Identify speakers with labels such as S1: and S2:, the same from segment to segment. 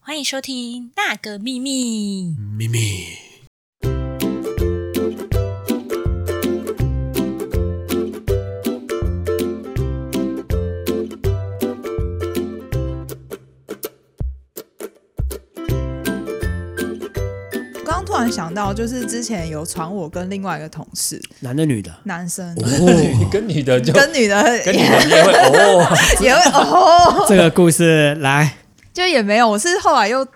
S1: 欢迎收听《那个秘密》。
S2: 咪咪，
S3: 刚刚突然想到，就是之前有传我跟另外一个同事，
S4: 男的女 的？
S3: 男生
S2: 哦，
S5: 跟你的就
S3: 跟女的
S5: 跟你的你也会 哦，
S3: 也会哦，
S4: 这个故事 来，
S3: 就也没有，我是后来又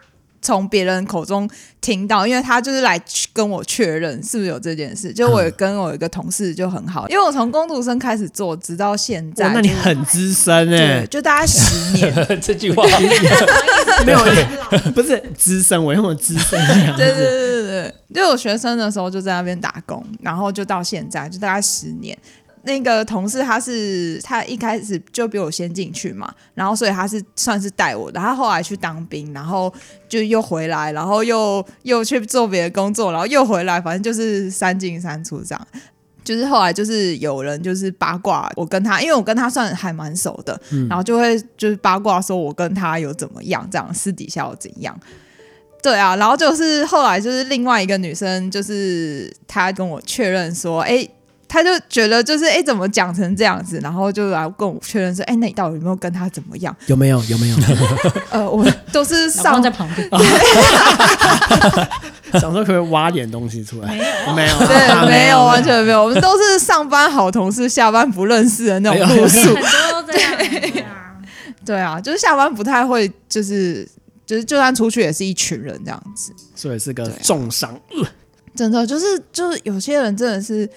S3: 从别人口中听到，因为他就是来跟我确认是不是有这件事。就我有跟我一个同事就很好，因为我从工读生开始做，直到现在
S4: 哇，那
S3: 就是，
S4: 你很资深
S3: 对，
S4: 哎、
S3: 就大概十年，
S5: 这句 话
S4: 没有， 不是资深，我用了资深这样
S3: 对对
S4: 子。
S3: 对对对，就我学生的时候就在那边打工，然后就到现在，就大概十年。那个同事他是他一开始就比我先进去嘛，然后所以他是算是带我的。他后来去当兵，然后就又回来，然后又又去做别的工作，然后又回来，反正就是三进三出这样。就是后来就是有人就是八卦我跟他，因为我跟他算还蛮熟的，然后就会就是八卦说我跟他有怎么样，这样私底下有怎样。对啊，然后就是后来就是另外一个女生，就是她跟我确认说，哎，她就觉得就是哎怎么讲成这样子，然后就来跟我确认说，哎，那你到底有没有跟他怎么样？
S4: 有没有？有没有？
S3: 呃，我都是
S1: 老
S3: 上
S1: 公在旁边，
S4: 想说可不可以挖点东西出来？没有，啊
S3: 对 没有完。全没有，我们都是上班好同事，下班不认识的那种路
S1: 很
S3: 数。
S1: 多都这样对啊。
S3: 对啊，就是下班不太会，就是就是就算出去也是一群人这样子。
S4: 所以是个
S3: 对啊
S4: 重伤。
S3: 真的就是就是有些人真的是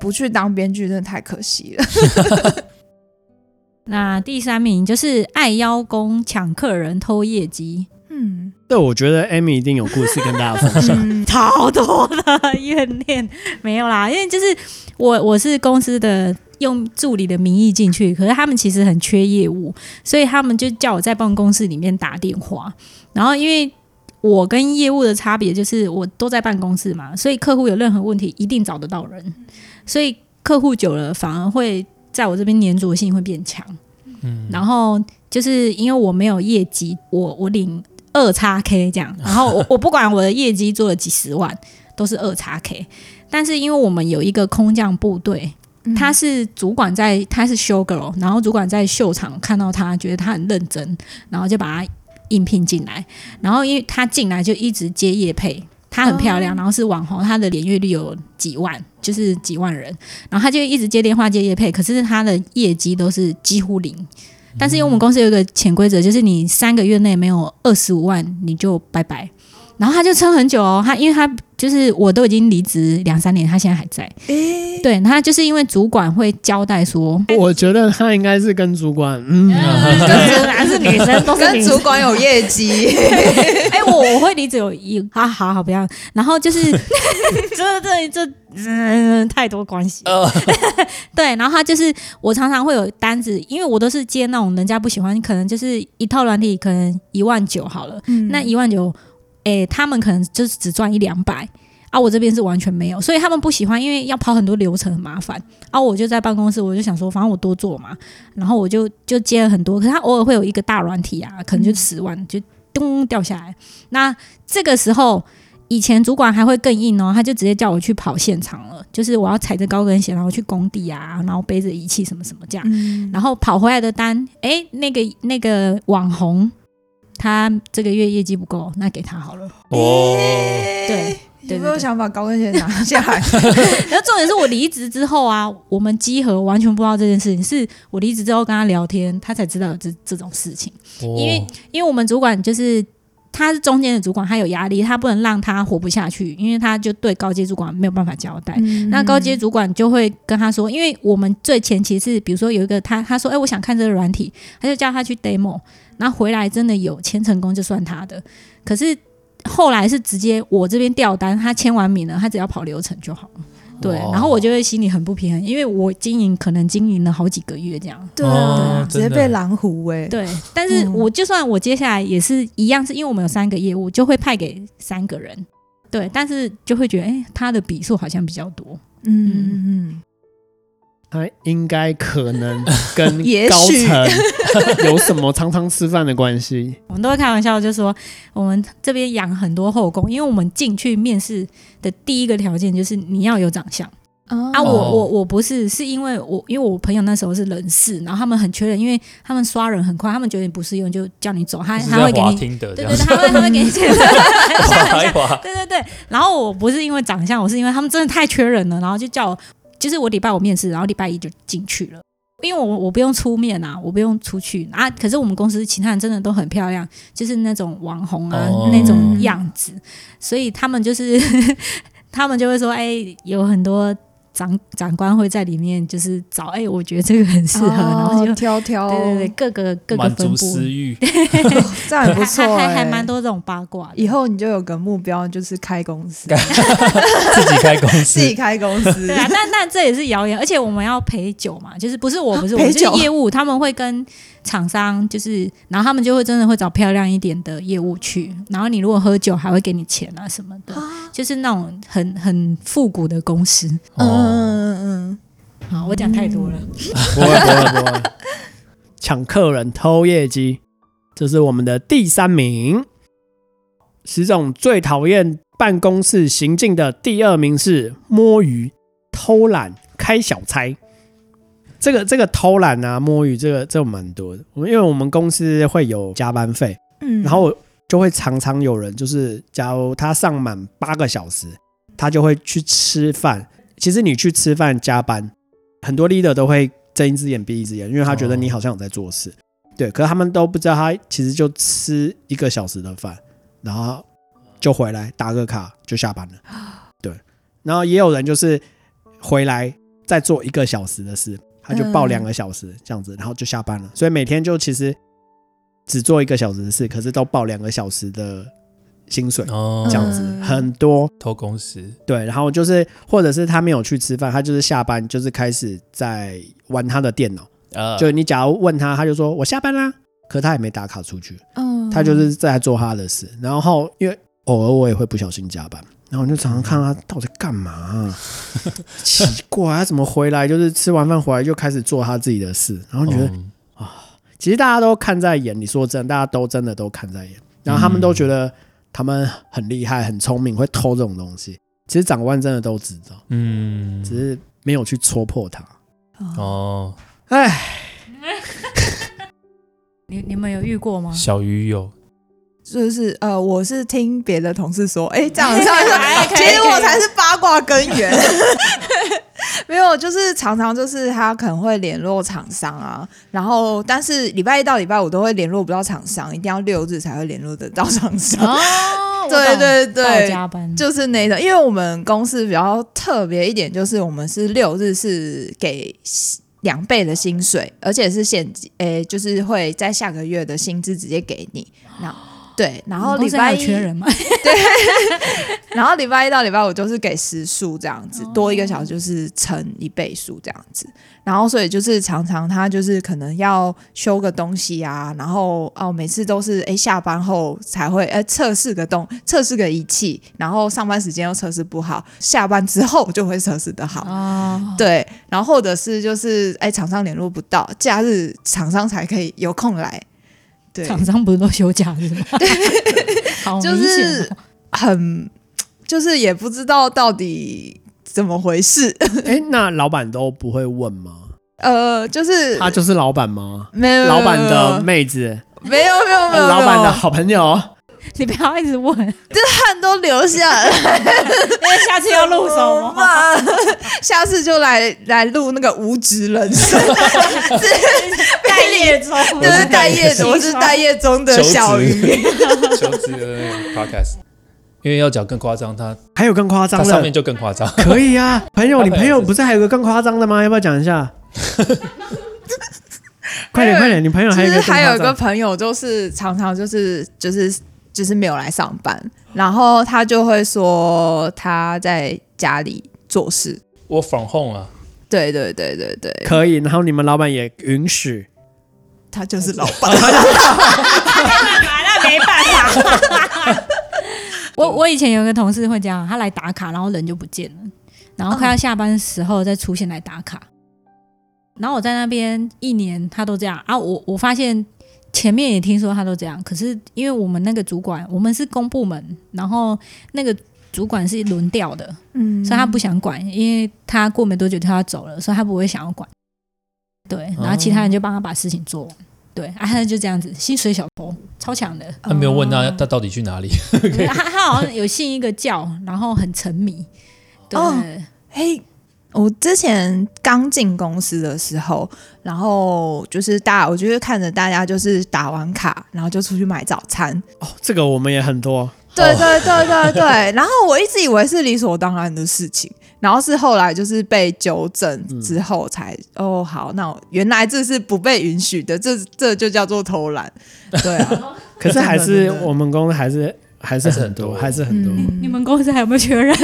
S3: 不去当编剧，真的太可惜了。
S1: 那第三名就是爱邀功、抢客人、偷业绩，
S3: 嗯，
S4: 对，我觉得 Amy 一定有故事跟大家分享。
S3: 嗯
S1: 超多的怨念没有啦，因为就是我我是公司的用助理的名义进去，可是他们其实很缺业务，所以他们就叫我在办公室里面打电话。然后因为我跟业务的差别就是我都在办公室嘛，所以客户有任何问题一定找得到人，所以客户久了反而会在我这边粘着性会变强。
S5: 嗯
S1: 然后就是因为我没有业绩，我我领二叉 K 这样，然后我我不管我的业绩做了几十万，都是二叉 K。但是因为我们有一个空降部队，他是主管在，他是 show girl，然后主管在秀场看到他，觉得他很认真，然后就把他应聘进来。然后因为他进来就一直接业配，她很漂亮，
S3: 哦
S1: 然后是网红，她的点阅率有几万，就是几万人。然后她就一直接电话接业配，可是她的业绩都是几乎零。但是因为我们公司有一个潜规则，就是你三个月内没有二十五万，你就拜拜。然后她就撑很久哦，她因为她就是我都已经离职两三年，她现在还在。
S3: 诶
S1: 对，他就是因为主管会交代说，
S4: 我觉得他应该是跟主管，嗯，
S1: 跟主管是女生，都
S3: 跟主。管有业 绩，
S1: 哎、我 我会离职有一啊，好好不要。然后就是 这这这，嗯，太多关系。
S5: 哦
S1: 对，然后他就是我常常会有单子，因为我都是接那种人家不喜欢，可能就是一套软体，可能一万九好了。
S3: 嗯
S1: 那一万九，哎，他们可能就是只赚一两百。啊，我这边是完全没有，所以他们不喜欢，因为要跑很多流程很麻烦。啊，我就在办公室，我就想说，反正我多做嘛，然后我就就接了很多。可是他偶尔会有一个大软体啊，可能就十万就咚掉下来。那这个时候，以前主管还会更硬哦，他就直接叫我去跑现场了，就是我要踩着高跟鞋，然后去工地啊，然后背着仪器什么什么这样。
S3: 嗯
S1: 然后跑回来的单，诶，那个那个网红，他这个月业绩不够，那给他好了。
S5: 哦，
S1: 对对
S3: 有没有
S1: 对
S3: 想把高跟鞋拿下来？
S1: 然后重点是我离职之后啊，我们集合完全不知道这件事情，是我离职之后跟他聊天，他才知道有这这种事情。
S5: 哦
S1: 因为因为我们主管就是他是中间的主管，他有压力，他不能让他活不下去，因为他就对高阶主管没有办法交代。 那高
S3: 嗯
S1: 阶主管就会跟他说，因为我们最前期是，比如说有一个他，他说，哎、我想看这个软体，他就叫他去 demo，然后回来真的有签成功就算他的，可是后来是直接我这边调单，他签完名了，他只要跑流程就好了。对，
S5: 哇
S1: 然后我就会心里很不平衡，因为我经营可能经营了好几个月这样，
S3: 对
S5: 哦
S3: 啊，直接
S5: 真的
S3: 被蓝湖哎，
S1: 对，但是
S3: 嗯
S1: 我就算我接下来也是一样，是因为我们有三个业务，就会派给三个人。对，但是就会觉得，哎、他的笔数好像比较多。
S3: 嗯嗯嗯，
S4: 他应该可能跟
S3: 也
S4: 高
S3: 许
S4: 层有什么常常吃饭的关系？
S1: 我们都会开玩笑，就说我们这边养很多后宫，因为我们进去面试的第一个条件就是你要有长相
S3: 嗯
S1: 啊。我
S5: 哦
S1: 我我不是，是因为我因为我朋友那时候是人事，然后他们很缺人，因为他们刷人很快，他们觉得你不适用就叫你走，他
S5: 就是
S1: 他会
S5: 在
S1: 给
S5: 滑
S1: 你。
S5: 听的这
S1: 对
S5: 样
S1: 对，
S5: 子，
S1: 他会他会 给你介 绍，
S5: 滑一滑，
S1: 对对对。然后我不是因为长相，我是因为他们真的太缺人了，然后就叫我，就是我礼拜五面试，然后礼拜一就进去了。因为我我不用出面啊，我不用出去啊。可是我们公司其他人真的都很漂亮，就是那种网红啊、
S5: 哦
S1: 那种样子，所以他们就是 他们就会说，哎、有很多长长官会在里面就是找，哎、我觉得这个很适合，
S3: 哦
S1: 然后就
S3: 挑挑，
S1: 对对对，，各个各个
S5: 满
S1: 分
S5: 足
S1: 布
S5: 私，欲，
S3: 这样也不
S1: 还
S3: 错、
S1: 还
S3: 欸，
S1: 还蛮。多这种八卦的。
S3: 以后你就有个目标，就是开公司，
S5: 自己开公
S3: 自己
S5: 司，
S3: 开公司
S1: 对。啊，但但这也是谣言，而且我们要陪酒嘛，就是不是我不是我，
S3: 陪
S1: 就是
S3: 啊酒
S1: 业务，他们会跟厂商，就是然后他们就会真的会找漂亮一点的业务去，然后你如果喝酒还会给你钱啊什么的，就是那种很很复古的公司。
S3: 嗯
S5: 哦，
S3: 嗯嗯
S1: 好，我讲太多了，
S4: 不会不会不会，抢客人、偷业绩，这是我们的第三名。石总最讨厌办公室行径的第二名是摸鱼、偷懒、开小差。这个这个偷懒啊、摸鱼，这个这个蛮多的。我们因为我们公司会有加班费，
S3: 嗯
S4: 然后我就会常常有人，就是假如他上满八个小时，他就会去吃饭。其实你去吃饭加班，很多 leader 都会睁一只眼闭一只眼，因为他觉得
S5: 哦
S4: 你好像有在做事。
S3: 嗯
S4: 对，可是他们都不知道，他其实就吃一个小时的饭，然后就回来打个卡就下班了。
S3: 啊
S4: 对，然后也有人就是回来再做一个小时的事，他就报
S3: 嗯
S4: 两个小时这样子，然后就下班了。所以每天就其实只做一个小时的事，可是都报两个小时的薪水，
S5: 哦
S4: 这样子
S3: 嗯
S4: 很多。
S5: 偷公司，
S4: 对，然后就是或者是他没有去吃饭，他就是下班就是开始在玩他的电脑。
S5: 呃，
S4: 就你假如问他，他就说我下班啦，可他也没打卡出去，
S3: 嗯
S4: 他就是在做他的事。然后因为偶尔我也会不小心加班，然后我就常常看他到底干嘛啊、 奇怪，他怎么回来就是吃完饭回来就开始做他自己的事，然后觉得
S5: 嗯
S4: 其实大家都看在眼里，说真的，大家都真的都看在眼，然后他们都觉得他们很厉害、很聪明，会偷这种东西。其实长官真的都知道，
S5: 嗯，
S4: 只是没有去戳破它。
S5: 哦，
S4: 哎，
S3: 嗯
S1: 你你们有遇过吗？
S5: 小鱼有，
S3: 就是呃，我是听别的同事说，哎、这样这
S1: 哎
S3: 样，
S1: 可以
S3: 其实
S1: 可
S3: 我
S1: 以
S3: 才是八卦根源。 没有，就是常常就是他可能会联络厂商啊，然后但是礼拜一到礼拜五都会联络不到厂商，一定要六日才会联络得到厂商。
S1: 哦，我懂
S3: 对对对
S1: 报加班
S3: 就是那种，因为我们公司比较特别一点，就是我们是六日是给两倍的薪水，而且是现金，诶、就是会在下个月的薪资直接给你。那对，然
S1: 你
S3: 后
S1: 哦们公
S3: 礼
S1: 司还
S3: 拜
S1: 有
S3: 一
S1: 缺人吗？
S3: 然后礼拜一到礼拜五就是给时数这样
S1: 哦
S3: 子，多一个小时就是乘一倍数这样子。然后所以就是常常他就是可能要修个东西啊，然后哦每次都是哎下班后才会哎测试个东测试个仪器，然后上班时间又测试不好，下班之后就会测试的好。
S1: 哦，
S3: 对，然后或者是就是哎厂商联络不到，假日厂商才可以有空来。对，
S1: 厂商不是都休假是吗？ 好明
S3: 就
S1: 显
S3: 是
S1: 哦
S3: 很，就是也不知道到底怎么回事。
S4: 哎，那老板都不会问吗？
S3: 呃，就是
S4: 他就是老板吗？
S3: 没有
S4: 老板的妹子，
S3: 没有没有没有没有
S4: 老板的好朋友，
S1: 你不要一直问，因
S3: 汗都流下来了，
S1: 为下次要录什么 吗？
S3: 嘛？下次就来来录那个无职 人生，
S1: 待业 中，
S3: 就
S5: 我
S3: 是
S5: 是
S3: 待
S5: 待
S3: 业
S5: 业，
S1: 中
S3: 我是待业中的 小鱼。
S5: 求职的那个 podcast，因为要讲更夸张，他
S4: 还有更夸张
S5: 他上面
S4: 的，
S5: 就更夸张，
S4: 可以啊，朋友，
S5: 他
S4: 你
S5: 朋友
S4: 朋友不是还有个更夸张的吗？要不要讲一下？快点快点，你朋友
S3: 就
S4: 还有一
S3: 是
S4: 个更夸
S3: 还
S4: 张
S3: 有一个朋友，就是常常就是就是就是没有来上班，然后他就会说他在家里做事。
S5: 我 from home 啊，
S3: 对对对对对，
S4: 可以，然后你们老板也允许，
S3: 他就是老板。
S1: 那没办法。我我以前有一个同事会这样，他来打卡，然后人就不见了，然后快要下班的时候再出现来打卡。然后我在那边一年，他都这样啊。我我发现前面也听说他都这样，可是因为我们那个主管，我们是公部门，然后那个主管是轮调的，
S3: 嗯
S1: 所以他不想管，因为他过没多久他要走了，所以他不会想要管。对，然后其他人就帮他把事情做完。对，啊，他就这样子，薪水小偷，超强的。
S5: 他没有问
S1: 哦
S5: 他他到底去哪里，
S1: 对他他好像有信一个教，然后很沉迷。对，嗯
S3: 哦嘿，我之前刚进公司的时候，然后就是大，我就是看着大家就是打完卡，然后就出去买早餐。
S4: 哦，这个我们也很多，
S3: 对对对对对，然后我一直以为是理所当然的事情，然后是后来就是被纠正之后才、哦，好，那我原来这是不被允许的，这这就叫做偷懒。对啊，
S4: 可是还是
S3: 真的
S4: 我们公司还是还是
S5: 还是
S4: 很
S5: 很
S4: 多，
S5: 多
S4: 还是很多。
S3: 嗯
S1: 你们公司还有没有缺人？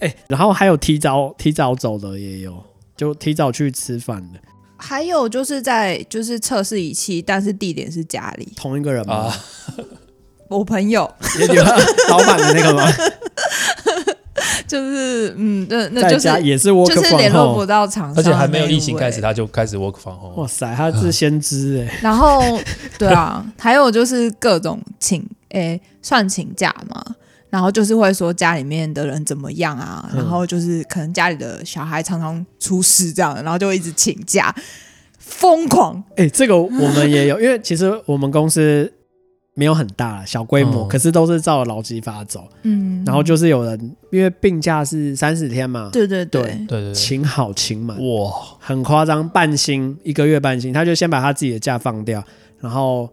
S4: 哎，然后还有提早提早走的也有，就提早去吃饭的，
S3: 还有就是在就是测试仪器，但是地点是家里，
S4: 同一个人吗
S5: 啊？
S3: 我朋友
S4: 也 有啊老板的那个吗？
S3: 就是嗯，那 那
S4: 在
S3: 就是
S4: 家也是 work
S3: 就是
S4: from
S3: 联络不
S4: home。
S3: 到厂商，
S5: 而且还没有疫情开始，。啊他就开始 work from
S4: 哇
S5: home。
S4: 塞，他是先知哎、
S3: 然后对啊，还有就是各种请诶、算请假嘛，然后就是会说家里面的人怎么样啊，
S4: 嗯
S3: 然后就是可能家里的小孩常常出事这样，然后就会一直请假，疯狂。
S4: 哎、这个我们也有，因为其实我们公司没有很大，小规模，
S5: 嗯
S4: 可是都是照劳基法走。
S3: 嗯
S4: 然后就是有人因为病假是三十天嘛，
S3: 对对对
S4: 对，
S5: 对对对，
S4: 请好请满，
S5: 哇，
S4: 很夸张，半薪一个月半薪，他就先把他自己的假放掉，然后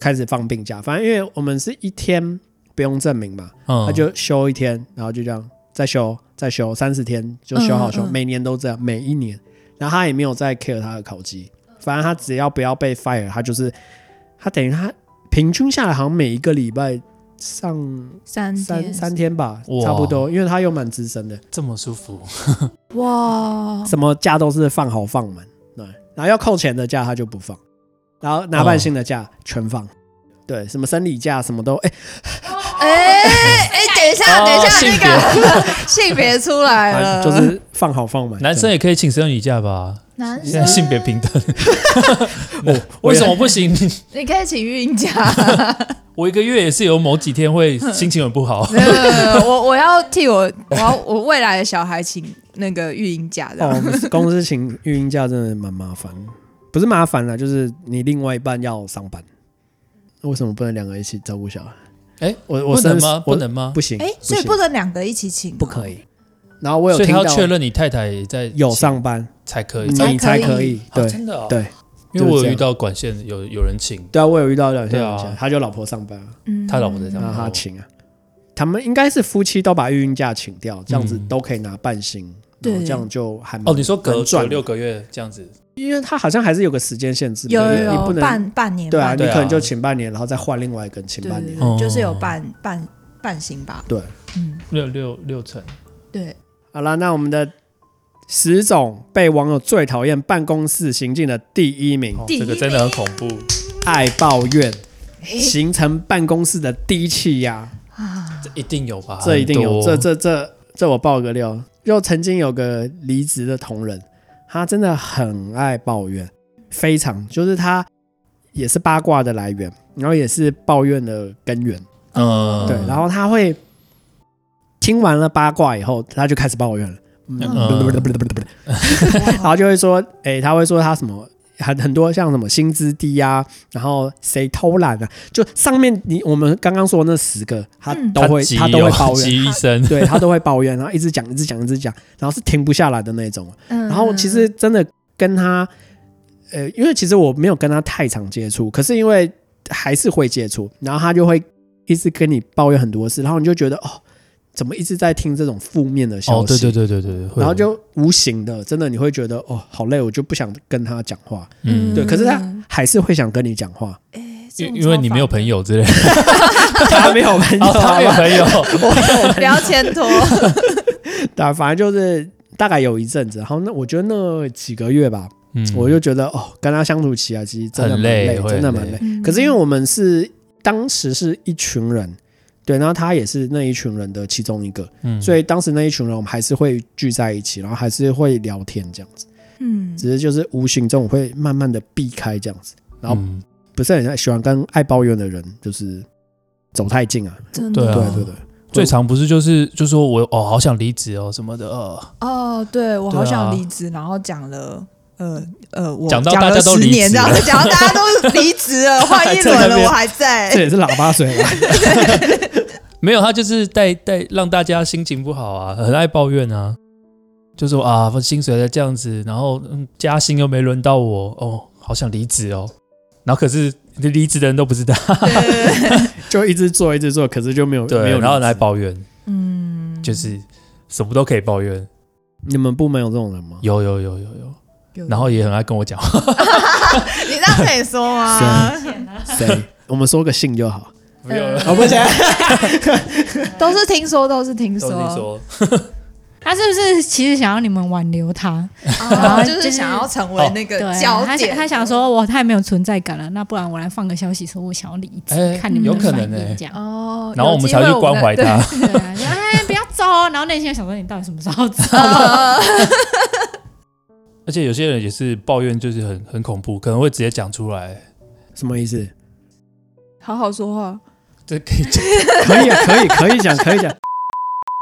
S4: 开始放病假。反正因为我们是一天不用证明嘛，
S5: 嗯
S4: 他就休一天，然后就这样再休再休三十天就休好休，
S3: 嗯嗯嗯
S4: 每年都这样，每一年。然后他也没有再 care 他的考绩，反正他只要不要被 fire，他就是他等于他平均下来好像每一个礼拜上
S3: 三
S4: 三
S3: 天
S4: 三天吧，
S5: 哇
S4: 差不多，因为他又蛮资深的，
S5: 这么舒服，
S3: 哇，
S4: 什么假都是放好放满，对，然后要扣钱的假他就不放，然后拿半薪的假全放，对，什么生理假什么都，哎、
S3: 哎哎，等一下，等一
S5: 哦性
S3: 下，那个 性别出来
S4: 反
S3: 了，
S4: 正哎就是放好放满。
S5: 男生也可以请生理假吧？
S3: 男
S5: 现在
S3: 生，
S5: 性别平等，
S4: 啊 我
S5: 为
S4: 也
S5: 什么不行？
S3: 你可以请 孕假。
S5: 我一个月也是有某几天会心情很不好，
S3: 没有没有没有我我要替我我要我未来的小孩请那个育婴假
S4: 对哦，我
S3: 的。
S4: 们公司请育婴假真的蛮麻烦，不是麻烦啦，就是你另外一半要上班，为什么不能两个一起照顾小孩？
S5: 哎
S4: 我我
S5: 不能
S4: 生
S5: 吗？
S4: 我
S5: 不能吗？
S4: 不行，
S3: 哎、所以不能两个一起请吗，啊
S4: 不可以。然后我有
S5: 所以
S4: 听
S5: 他
S4: 到
S5: 要确认你太太也在
S4: 有上班，
S5: 才可以，
S4: 你才
S3: 才
S4: 可
S3: 可
S4: 以
S3: 以，
S5: 啊
S4: 对
S5: 真的哦
S4: 对，
S5: 因为
S4: 就
S5: 我
S4: 是这
S5: 有
S4: 样
S5: 遇到管线有有人请，
S4: 对啊，我有遇到两
S5: 对
S4: 天
S5: 啊，
S4: 他就老婆上班啊，
S3: 嗯。
S5: 他老婆在上
S4: 让他
S5: 班，
S4: 请啊。他们应该是夫妻都把育婴假请掉，这样子
S5: 嗯
S4: 都可以拿半薪，
S3: 对
S4: 然后这样就还蛮
S5: 哦，你说隔
S4: 蛮
S5: 隔
S4: 赚的
S5: 六，个月这样子，
S4: 因为他好像还是有个时间限制嘛，
S3: 有
S4: 你
S3: 有
S4: 你不
S3: 有
S4: 能
S3: 半半年，
S4: 对啊，
S3: 半
S4: 你
S5: 对啊
S4: 可能就请半年，然后再换另外一个人请
S3: 对
S4: 半
S3: 对
S4: 年，
S3: 对，就是有
S5: 哦
S3: 半半半薪吧。
S4: 对。
S3: 嗯，
S5: 六六六成，
S4: 哦
S3: 对，
S4: 好了，那我们的十种被网友最讨厌办公室行径的第一名，
S5: 哦
S3: 第一
S5: 这个真的很恐怖，
S4: 爱抱怨，形成办公室的低气压。
S3: 哎啊
S5: 这一定有吧？
S4: 这一定有，
S5: 很
S4: 这
S5: 多
S4: 这这这我爆个料，就曾经有个离职的同仁，他真的很爱抱怨，非常就是他也是八卦的来源，然后也是抱怨的根源，
S5: 嗯，
S4: 对，然后他会听完了八卦以后，他就开始抱怨了，嗯，
S5: 嗯
S4: 不不不不不不，然后就会说，哎、他会说他什么。很很多像什么薪资低啊，然后谁偷懒啊，就上面你我们刚刚说的那十个，他
S3: 嗯
S4: 都会、
S5: 急哦
S4: 他都会
S5: 有
S4: 抱怨，
S5: 急医 生，
S4: 对他都会抱怨，然后一直讲，一直讲，一直讲，然后是停不下来的那种。
S3: 然
S5: 嗯
S4: 然后其实真的跟他，呃，因为其实我没有跟他太常接触，可是因为还是会接触，然后他就会一直跟你抱怨很多事，然后你就觉得哦，怎么一直在听这种负面的消息？
S5: 哦，对对对对对对，会
S4: 然后就无形的，真的你会觉得哦，好累，我就不想跟他讲话。
S5: 嗯，
S4: 对，
S3: 嗯哎
S4: 可是他还是会想跟你讲话，
S5: 因因为你没有朋友 之类的，
S4: 他没有朋友
S5: 哦，他没有
S4: 啊，
S5: 朋友，
S3: 不要牵拖，
S4: 对，啊反正就是大概有一阵子，然后那我觉得那几个月吧，
S5: 嗯
S4: 我就觉得哦，跟他相处起来其实真的蛮
S5: 很累会
S4: 真的蛮
S5: 很
S4: 累
S5: 累。
S3: 嗯
S4: 可是因为我们是当时是一群人，对，然后他也是那一群人的其中一个，
S5: 嗯
S4: 所以当时那一群人我们还是会聚在一起，然后还是会聊天这样子。
S3: 嗯，
S4: 只是就是无形中我会慢慢的避开这样子，然后
S5: 嗯
S4: 不是很喜欢跟爱抱怨的人就是走太近啊。
S3: 真
S5: 对
S3: 的，
S5: 啊
S4: 对对对，
S5: 最常不是就是就说我哦好想离职哦什么的，呃，
S3: 哦，对我
S5: 对啊
S3: 好想离职，然后讲了。呃呃，我
S5: 讲到
S3: 了
S5: 大家都
S3: 十
S5: 离职
S3: 年这样
S5: 了，
S3: 讲到大家都离职了，换一
S4: 还在
S3: 轮
S4: 那
S3: 了，
S4: 边
S3: 我还在
S4: 这。也是喇叭水啊。
S5: 没有，他就是带带让大家心情不好啊，很爱抱怨啊，就说啊薪水在这样子，然后嗯加薪又没轮到我，哦好想离职哦，然后可是离职的人都不知道，
S3: 对对对对
S4: 就一直做一直做，可是就没有没
S5: 对，
S4: 有
S5: 然后来
S4: 保。
S5: 抱怨，
S3: 嗯，
S5: 就是什么都可以抱怨，
S4: 你们部门有这种人吗？
S5: 有有有有有，
S3: 有
S5: 然后也很爱跟我讲话，
S3: 你这样可以说
S5: 啊
S3: 吗？
S4: 谁？ 我们说个姓就好。
S5: 不用了，
S4: 我不行，
S3: 都是听说，都是听
S5: 都
S3: 说，
S5: 是说
S1: 他是不是其实想要你们挽留他？
S3: 哦就
S1: 就是
S3: 是想要成
S5: 哦
S3: 为那个
S1: 对，
S3: 焦
S1: 他想
S3: 点。
S1: 他想说我太没有存在感了，那不然我来放个消息说我想要离职，
S5: 哎
S1: 看你们
S3: 有
S1: 的
S3: 可
S1: 反
S5: 能哎
S1: 应这样。
S3: 哦，
S5: 然后我们才去关怀
S3: 有机会
S5: 他。
S1: 对啊，就哎不要走哦，然后内心想说你到底什么时候 走？
S3: 我们来。 对
S5: 而且有些人也是抱怨，就是很很恐怖，可能会直接讲出来。
S4: 什么意思？
S3: 好好说话，
S5: 这可以讲，
S4: 可以啊，可以，可以讲，可以讲。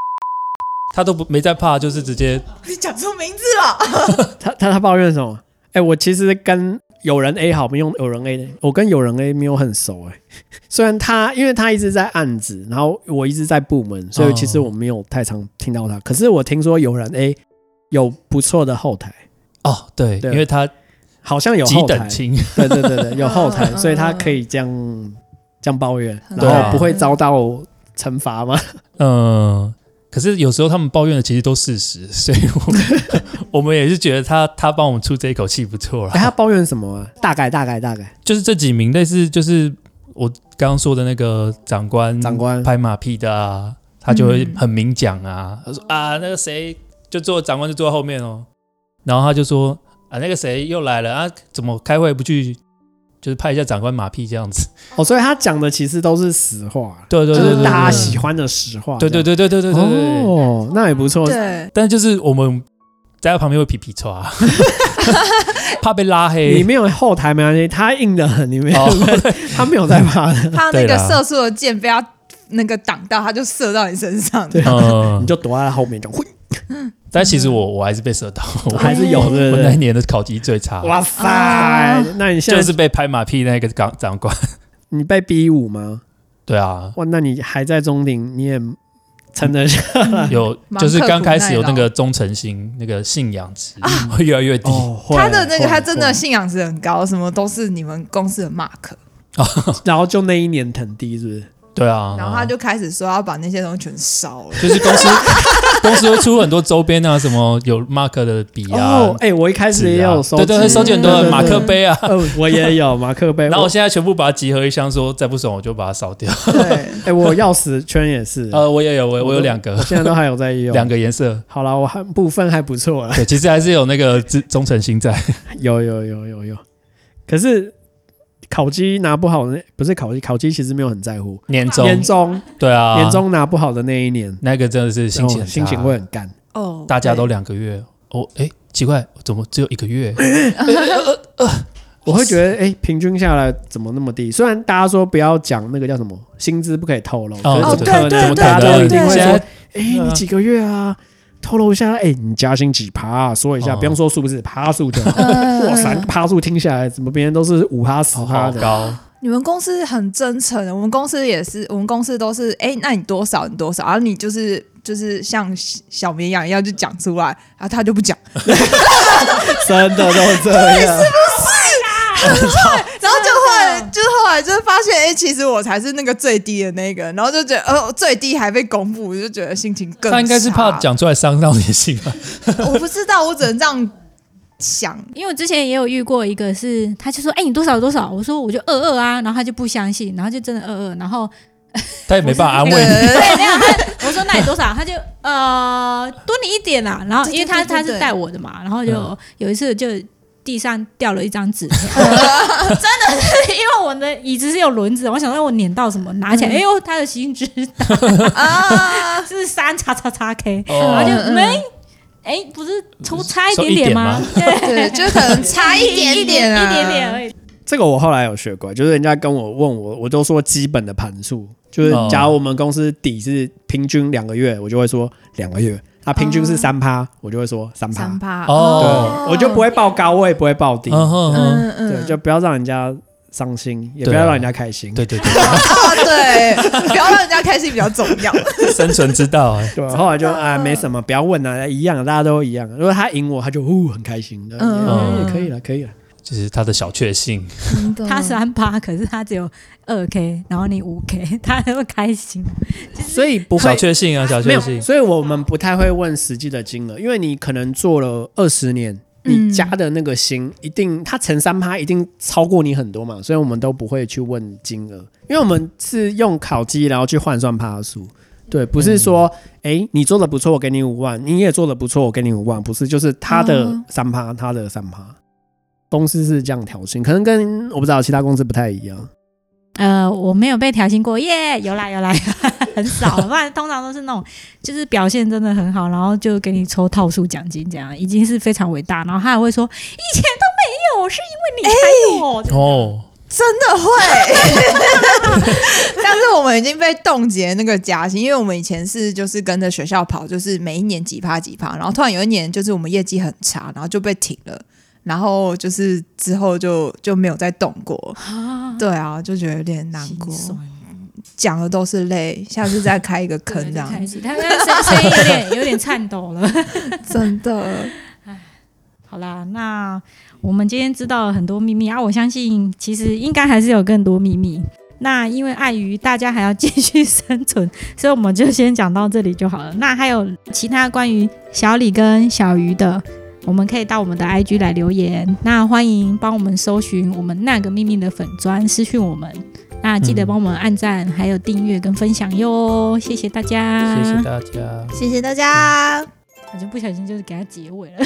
S5: 他都不没在怕，就是直接
S3: 你讲出名字了。
S4: 他他他抱怨什么？哎、我其实跟友人 A 好，我们用友人 A 的。我跟友人 A 没有很熟哎、 虽然他因为他一直在案子，然后我一直在部门，所以其实
S5: 哦
S4: 我没有太常听到他。可是我听说友人 A 有不错的后台，
S5: 哦，对，
S4: 对
S5: 因为他
S4: 好像有
S5: 几
S4: 后台
S5: 等，亲，
S4: 对对对对，有后
S3: 嗯
S4: 台，
S3: 嗯
S4: 所以他可以这样这样抱怨，
S3: 嗯
S4: 然
S5: 对啊
S4: 后不会遭到惩罚吗？
S5: 嗯。可是有时候他们抱怨的其实都事实，所以我们 我们也是觉得他他帮我们出这一口气不错
S4: 哎，他
S5: 了。
S4: 抱怨什么啊？大概大概大概，
S5: 就是这几名类似就是我刚刚说的那个长官
S4: 长官
S5: 拍马屁的啊，他就会
S3: 嗯
S5: 很明讲啊，他说啊那个谁就坐长官就坐在后面哦，然后他就说啊那个谁又来了啊，怎么开会不去，就是拍一下长官马屁这样子。
S4: 哦，所以他讲的其实都是实话，
S5: 对对
S4: 就
S5: 对对，
S4: 是
S5: 对
S4: 大家喜。欢的实话。
S5: 对对
S4: 这
S5: 对对对对对
S4: 样
S5: 对。对
S4: 哦，那也不错。
S3: 对，
S5: 但就是我们在他旁边会皮皮抓，啊 怕被拉
S4: 你
S5: 黑。
S4: 没有后台没关系，他硬的很，你没有
S5: 哦，
S4: 他没有在怕的，
S3: 他那
S5: 对
S3: 个
S5: 啦
S3: 射出的箭被他那个挡到，他就射到你身上。
S4: 对你
S5: 嗯，
S4: 就躲在他后 面就会，
S5: 但其实我我还是被射到，我
S4: 还是有对
S5: 我
S4: 不
S5: 那一
S4: 对？
S5: 年的考级最差，
S4: 哇塞
S3: 啊，
S4: 那你现
S5: 就
S4: 在
S5: 是被拍马屁那个长长官。
S4: 你被逼舞吗？
S5: 对啊，
S4: 哇，那你还在中鼎，你也撑得 下
S5: 有
S3: 蛮
S5: 就是
S3: 刻
S5: 刚
S3: 苦
S5: 开始
S3: 耐
S5: 有那
S3: 劳啊
S5: 个忠诚心，那个信仰值会 越来越低。
S4: 哦。会
S3: 他的那
S4: 会
S3: 个，他真
S4: 会
S3: 的信仰值很高，什么都是你们公司的 mark。
S4: 然后就那一年腾地是不是？
S5: 对啊，
S3: 然后他就开始说要把那些东西全烧 了。
S5: 就是公司公司会出很多周边啊，什么有 mark 的笔啊
S4: 哦，，哎、我一开
S5: 纸
S4: 始也
S5: 啊
S4: 有收集，
S5: 对对，会收集很多
S4: 对
S5: 的
S4: 对
S5: 马克杯啊。
S4: 呃，我也 有马克杯。
S5: 然后
S4: 我
S5: 我现在全部把它集合一箱，说再不爽我就把它烧掉。
S3: 对，
S4: 哎、我钥匙圈也 是，
S5: 呃，我也有，我
S4: 都
S5: 我有两
S4: 我
S5: 个，
S4: 现在都还有在用。
S5: 两个颜色。
S4: 好了，我还部分还不错了，
S5: 对，其实还是有那个忠忠诚心在。
S4: 有有有有有。可是烤鸡拿不好的，不是烤鸡，烤鸡其实没有很在乎。
S5: 年 终，
S4: 年终、
S5: 对啊，
S4: 年终拿不好的那一年，
S5: 那个真的是心情
S4: 哦
S5: 很
S4: 心情
S5: 差
S4: 会很干。
S3: 哦，
S5: 大家都两个月。哦，哎，奇怪，怎么只有一个 月？
S4: 我会觉得，哎、平均下来怎么那么低？虽然大家说不要讲那个叫什么薪资不可以透露，可
S5: 哦
S4: 是怎么可能？
S3: 对
S4: 怎么
S3: 对
S4: 大家
S3: 对
S4: 都
S3: 对
S4: 一定会
S5: 现
S4: 说
S5: 在，
S4: 哎、你几个月啊？透露一下，哎、你加薪几趴、啊？说一下，
S5: 哦
S4: 不用说数字，趴数就好。
S3: 嗯
S4: 哇塞，趴数听下来，怎么别人都是五趴十趴
S3: 哦
S5: 好
S4: 的？
S5: 高，
S3: 你们公司很真诚，我们公司也是，我们公司都是，哎、那你多少你多少，然后你就是就是像小绵羊一样就讲出来，然后他就不讲，
S4: 真的都这样。
S3: 然后就后来就是后来就是发现，哎、其实我才是那个最低的那个，然后就觉得呃最低还被公布，我就觉得心情更
S5: 他应该是怕
S3: 差，
S5: 讲出来伤到你心 吧？
S3: 我不知道，我只能这样想，
S1: 因为我之前也有遇过一个是，他就说：“哎、你多少多少？”我说：“我就二二啊。”然后他就不相信，然后就真的二二。然后
S5: 他也没办法安
S3: 对
S5: 慰你。
S3: 对对
S1: 对，没有他，我说：“那你多少？”他就呃多你一点啦、 然后因为他
S3: 对对对对
S1: 他
S3: 对
S1: 是带我的嘛，然后就、
S5: 嗯
S1: 有一次就地上掉了一张 纸条，真的，因为我的椅子是有轮子的，我想让我碾到什么，拿
S3: 嗯
S1: 起来，哎呦，他的薪资
S3: 啊，
S1: 是三叉叉叉 K，
S5: 哦
S3: 嗯
S1: 然后就没。哎、不是出差一
S5: 收
S1: 点
S5: 一点
S1: 吗
S5: 吗？
S3: 对，就可能差一点点啊，
S1: 一点点而已。
S4: 这个我后来有学过，就是人家跟我问我，我都说基本的盘数，就是
S5: 哦
S4: 假如我们公司底是平均两个月，我就会说两个月；啊，平均是三趴，我就会说三趴
S3: 三。趴
S5: 哦
S4: 对，我就不会报高，我也不会报低，
S5: 嗯哼哼，
S3: 嗯嗯，
S4: 对，就不要让人家伤心，也不
S5: 对
S4: 要
S5: 啊
S4: 让人家开心。
S5: 对对
S3: 啊， 对，不要让人家开心比较重要。
S5: 对，生存之道啊，
S4: 对，后来就啊没什么，不要问啊，一样，大家都一样。如果他赢我，他就呜很开心，对
S3: 嗯
S4: 也也可以了，可以了。
S5: 就是他的小确幸。
S3: 啊
S1: 他三八，可是他只有二 k，然后你五 k，他会开心。
S4: 所以不
S5: 小
S4: 会
S5: 确幸啊，小
S4: 没
S5: 确
S4: 有，
S5: 幸。
S4: 所以我们不太会问实际的金额，因为你可能做了二十年，你加的那个薪一定，它乘三趴一定超过你很多嘛，所以我们都不会去问金额，因为我们是用考绩然后去换算趴数。对，不是说，诶，你做的不错，我给你五万；你也做的不错，我给你五万。不是，就是他的
S3: 哦
S4: 三趴，他的三趴。公司是这样调薪，可能跟我不知道其他公司不太一样。
S1: 呃，我没有被调薪过， 耶、有啦有啦， 很少，不然通常都是那种就是表现真的很好，然后就给你抽套数奖金，这样已经是非常伟大。然后他还会说以前都没有，是因为你才有。
S3: 哎
S5: 哦，
S3: 真的会， 但是我们已经被冻结那个加薪，因为我们以前是就是跟着学校跑，就是每一年几趴几趴，然后突然有一年就是我们业绩很差，然后就被停了，然后就是之后就就没有再动过。对啊，就觉得有点难过，
S1: 心酸
S3: 讲的都是泪，下次再开一个坑
S1: 对
S3: 这
S1: 就开
S3: 样，
S1: 始他他声声音有点有点颤抖了。
S3: 真的。
S1: 好啦，那我们今天知道了很多秘密啊，我相信其实应该还是有更多秘密。那因为碍于大家还要继续生存，所以我们就先讲到这里就好了。那还有其他关于小李跟小鱼的，我们可以到我们的 IG 来留言。那欢迎帮我们搜寻我们那个秘密的粉砖，私讯我们。那记得
S5: 嗯
S1: 帮我们按赞，还有订阅跟分享哟，谢谢大家。
S5: 谢谢大家。
S3: 谢谢大家，
S1: 我就不小心就是给他结尾了。